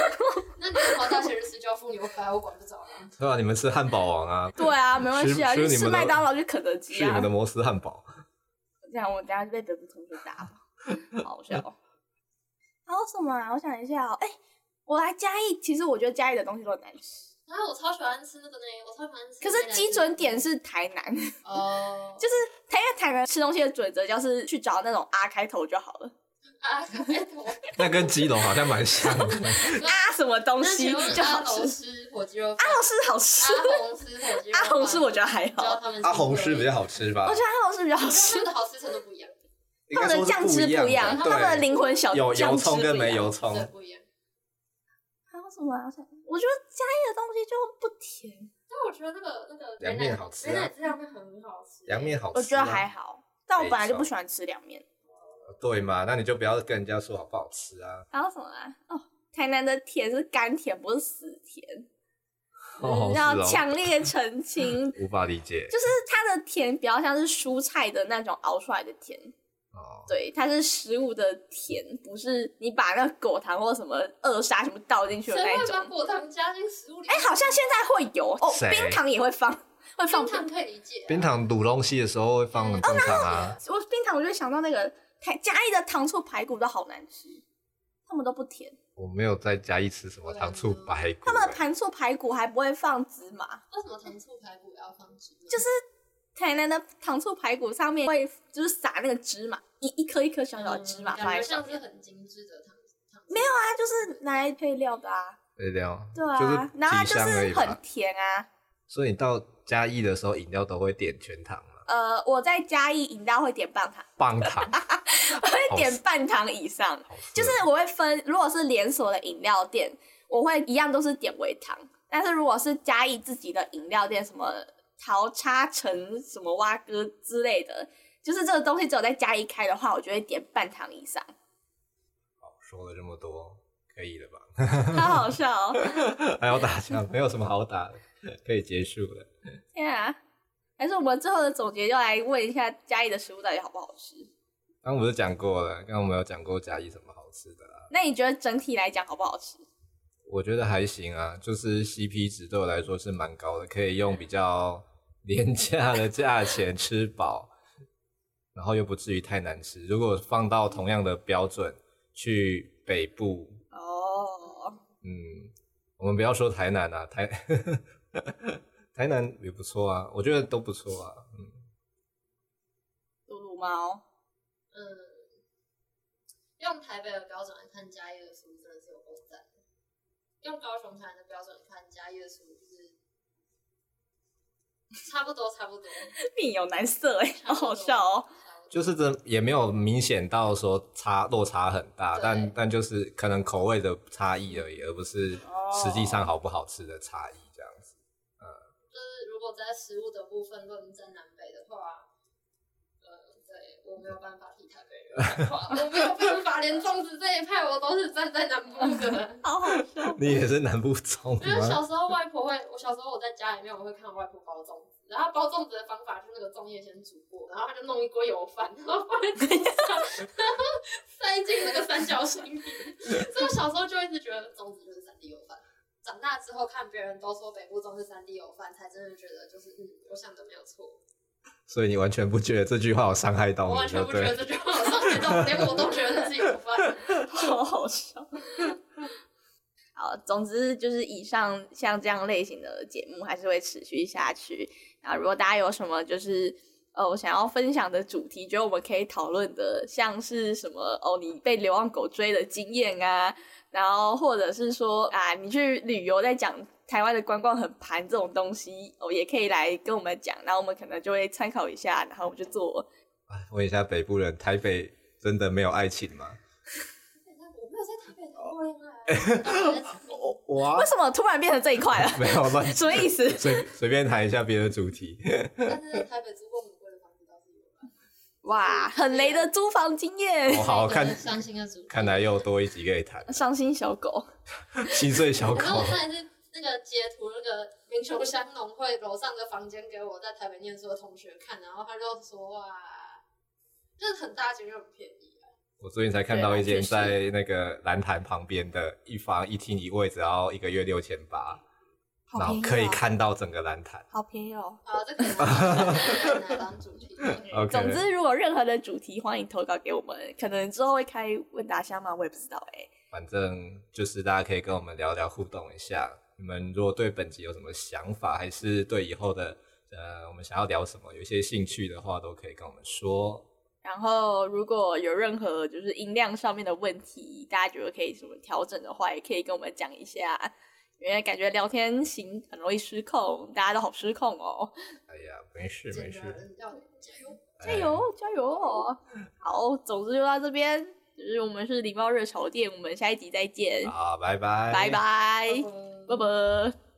B: 那你们花大钱日子就要付牛排，我管不着啊。
D: 对啊，你们吃汉堡王啊，
A: 对啊，没关系啊，
D: 吃
A: 就
D: 吃你
A: 吃
D: 们的
A: 麦当劳，去肯德基
D: 是你
A: 啊
D: 们的。摩斯汉堡。
A: 这样我等下就被德国同学打了，好笑。还有什么啊？我想一下哦，哎、我来嘉义，其实我觉得嘉义的东西都很难吃，
B: 然啊后我超喜欢吃那个呢，我超喜欢吃。
A: 可是基
B: 啊
A: 准点是台南，就
B: 哦，
A: 是台因为台南吃东西的准则就是去找那种 R 开头就好了，
B: 啊，开头。
D: 那跟基隆好像蛮像的，
A: 啊什么东
B: 那啊
A: 西
B: 请问
A: 就好
B: 阿
A: 吃
B: 龙。吃火鸡肉
A: 阿
B: 饭，
A: 龙是好吃，
B: 阿红吃火鸡肉饭，
A: 阿红是我觉得还
B: 知道
A: 好，
B: 他们
D: 阿啊红是比较
B: 好
D: 好吃吧
A: 我觉？得阿龙是比较好
B: 吃，
A: 吃
B: 他们，的好吃程度不一样，
D: 应
A: 哦他
D: 该
A: 们的
D: 说是
A: 酱汁
D: 不
A: 不一样，他
D: 对
A: 们的灵魂小
D: 有
A: 酱
D: 油
A: 汁
D: 葱跟
A: 不一
D: 没
A: 样
D: 油
B: 对，
D: 葱，
B: 不一样。
A: 还有什么啊？我想我觉得嘉义的东西就不甜，
D: 啊
B: 但我觉觉得那个那个
D: 凉面好吃啊
B: 美乃滋凉面很好吃，
D: 凉面好吃吗。啊
A: 我觉得还好，但我本来就不
D: 没错
A: 喜欢吃凉面。
D: 对嘛？那你就不要跟人家说好不好吃 啊。
A: 还有什么啊？哦，台南的甜是甘甜，不是死甜，
D: 哦，
A: 要
D: 是哦，。
A: 强烈澄清
D: 无法理解。
A: 就是它的甜比较像是蔬菜的那种熬出来的甜，
D: 哦，
A: 对，它是食物的甜，不是你把那个果糖或什么扼杀什么倒进去
B: 谁
A: 的那一
B: 会
A: 种
B: 把。果糖加进食物里？
A: 哎、好像现在会有哦，
D: 谁
A: 冰糖也会放，会放
B: 冰
A: 冰
B: 糖可以理解啊，
D: 冰糖卤东西的时候会
A: 嗯
D: 放
A: 哦
D: 很正常啊。
A: 我冰糖我就会想到那个台嘉义的糖醋排骨都好难吃，他们都不甜，
D: 我没有在嘉义吃什么糖醋排骨、啊
A: 他们的糖醋排骨还不会放芝麻，
B: 为什么糖醋排骨要放芝麻？
A: 就是台南的糖醋排骨上面会就是撒那个芝麻，一一颗一颗小小的芝麻放
B: 嗯
A: 在
B: 感觉
A: 上
B: 像是
A: 面，
B: 很精致的糖糖。
A: 没有啊，就是拿来配料的啊，
D: 对的哦，
A: 对啊，
D: 就是
A: 然后它
D: 提
A: 就
D: 香而已
A: 是
D: 吧
A: 很。甜啊。
D: 所以你到嘉义的时候，饮料都会点全糖嘛，
A: 呃，我在嘉义饮料会点半糖，
D: 棒糖，
A: 我会点半糖以上，
D: 好吃
A: 就是我会分，如果是连锁的饮料店，我会一样都是点微糖，但是如果是嘉义自己的饮料店，什么桃叉城、什么蛙哥之类的，就是这个东西只有在嘉义开的话，我就会点半糖以上。
D: 好说了这么多，可以了吧？
A: 好好笑哦！
D: 还要打架，没有什么好打的，可以结束了。
A: 天啊，还是我们最后的总结，就来问一下嘉义的食物到底好不好吃？
D: 刚刚不是讲过了，刚刚我们有讲过嘉义什么好吃的啦，
A: 那你觉得整体来讲好不好吃？
D: 我觉得还行啊，就是 CP 值对我来说是蛮高的，可以用比较廉价的价钱吃饱，然后又不至于太难吃。如果放到同样的标准去北部
A: 哦，
D: 嗯，我们不要说台南啊，台 台南也不错啊，我觉得都不错啊。嗯，
A: 露露猫，
B: 嗯，用台北的标准来看嘉义的书真的是有够赞的，用高雄、台南的标准来看嘉义的书就是差不多，差不多，
A: 面有难色哎，好
B: 差不多
A: 好笑哦！。
D: 就是这也没有明显到说差落差很大，
B: 对
D: 但但就是可能口味的差异而已，而不是实际
B: 哦
D: 上好不好吃的差异这样子。
B: 就是如果在食物的部分论战南北的话，呃，对我没有办法替台北人讲话，我没有办法法，连粽子这一派我都是站在南部的。
A: 好好笑。
D: 你也是南部 中
B: 因为
D: 吗？
B: 小时候外婆会，我小时候我在家里面我会看外婆包粽子，然后包粽子的方法就是那个粽叶先煮过，然后她就弄一锅油饭，然后放在桌上，然后塞进那个三角形里。所以我小时候就一直觉得粽子就是三 D 油饭。长大之后看别人都说北部粽是三 D 油饭，才真的觉得就是嗯，我想的没有错。
D: 所以你完全不觉得这句话有伤害到
B: 我
D: 你，
B: 完全
D: 对
B: 不
D: 不
B: 觉得
D: 对？
B: 这句话有上学到，连我都觉得那是油 饭。
A: 好好笑。 好，总之就是以上像这样类型的节目还是会持续下去。啊，如果大家有什么就是呃我想要分享的主题，觉得我们可以讨论的，像是什么哦你被流浪狗追的经验啊，然后或者是说啊你去旅游在讲台湾的观光很盘这种东西，哦也可以来跟我们讲，然后我们可能就会参考一下，然后我们就做
D: 哎问一下北部人，台北真的没有爱情吗？
B: 我没有在台北谈过恋 爱啊。
C: 哇
A: 为，什么突然变成这一块了？
D: 没有乱
A: 什么意思？
D: 随 随便谈一下别的主题。
B: 但是台北租过很贵的房子倒是有吧。
A: 哇，很雷的租房经验，。
D: 我哦好看，
B: 伤心的啊主题
D: 看来又多一集可以 谈
A: 伤心小狗，
D: 心碎小
B: 然后
D: 狗
B: 我，看是那个截图，那个民雄乡农会楼上的房间给我在台北念书的同学看，然后他就说哇，就是很大间又很便宜啊。
D: 我最近才看到一间
A: 对啊确实
D: 在那个蓝潭旁边的一房一厅一卫，只要一个月六千八，然后可以看到整个蓝潭。
A: 哦好便宜哦。
B: 啊，这个 我们拿来当主题。
D: OK，
A: 总之，如果任何的主题，欢迎投稿给我们。可能之后会开问答箱吗？我也不知道哎、
D: 反正就是大家可以跟我们聊聊，互动一下。你们如果对本集有什么想法，还是对以后的呃我们想要聊什么有一些兴趣的话，都可以跟我们说。
A: 然后，如果有任何就是音量上面的问题，大家觉得可以什么调整的话，也可以跟我们讲一下。因为感觉聊天型很容易失控，大家都好失控哦。
D: 哎呀，没事没
B: 真的
D: 事，
B: 要加油！
A: 加油
D: 哎！，
A: 加油哦！好，总之就到这边，就是我们是礼貌热潮店，我们下一集再见，
D: 哎好，拜拜，
A: 拜拜，
B: 拜拜
A: 拜拜。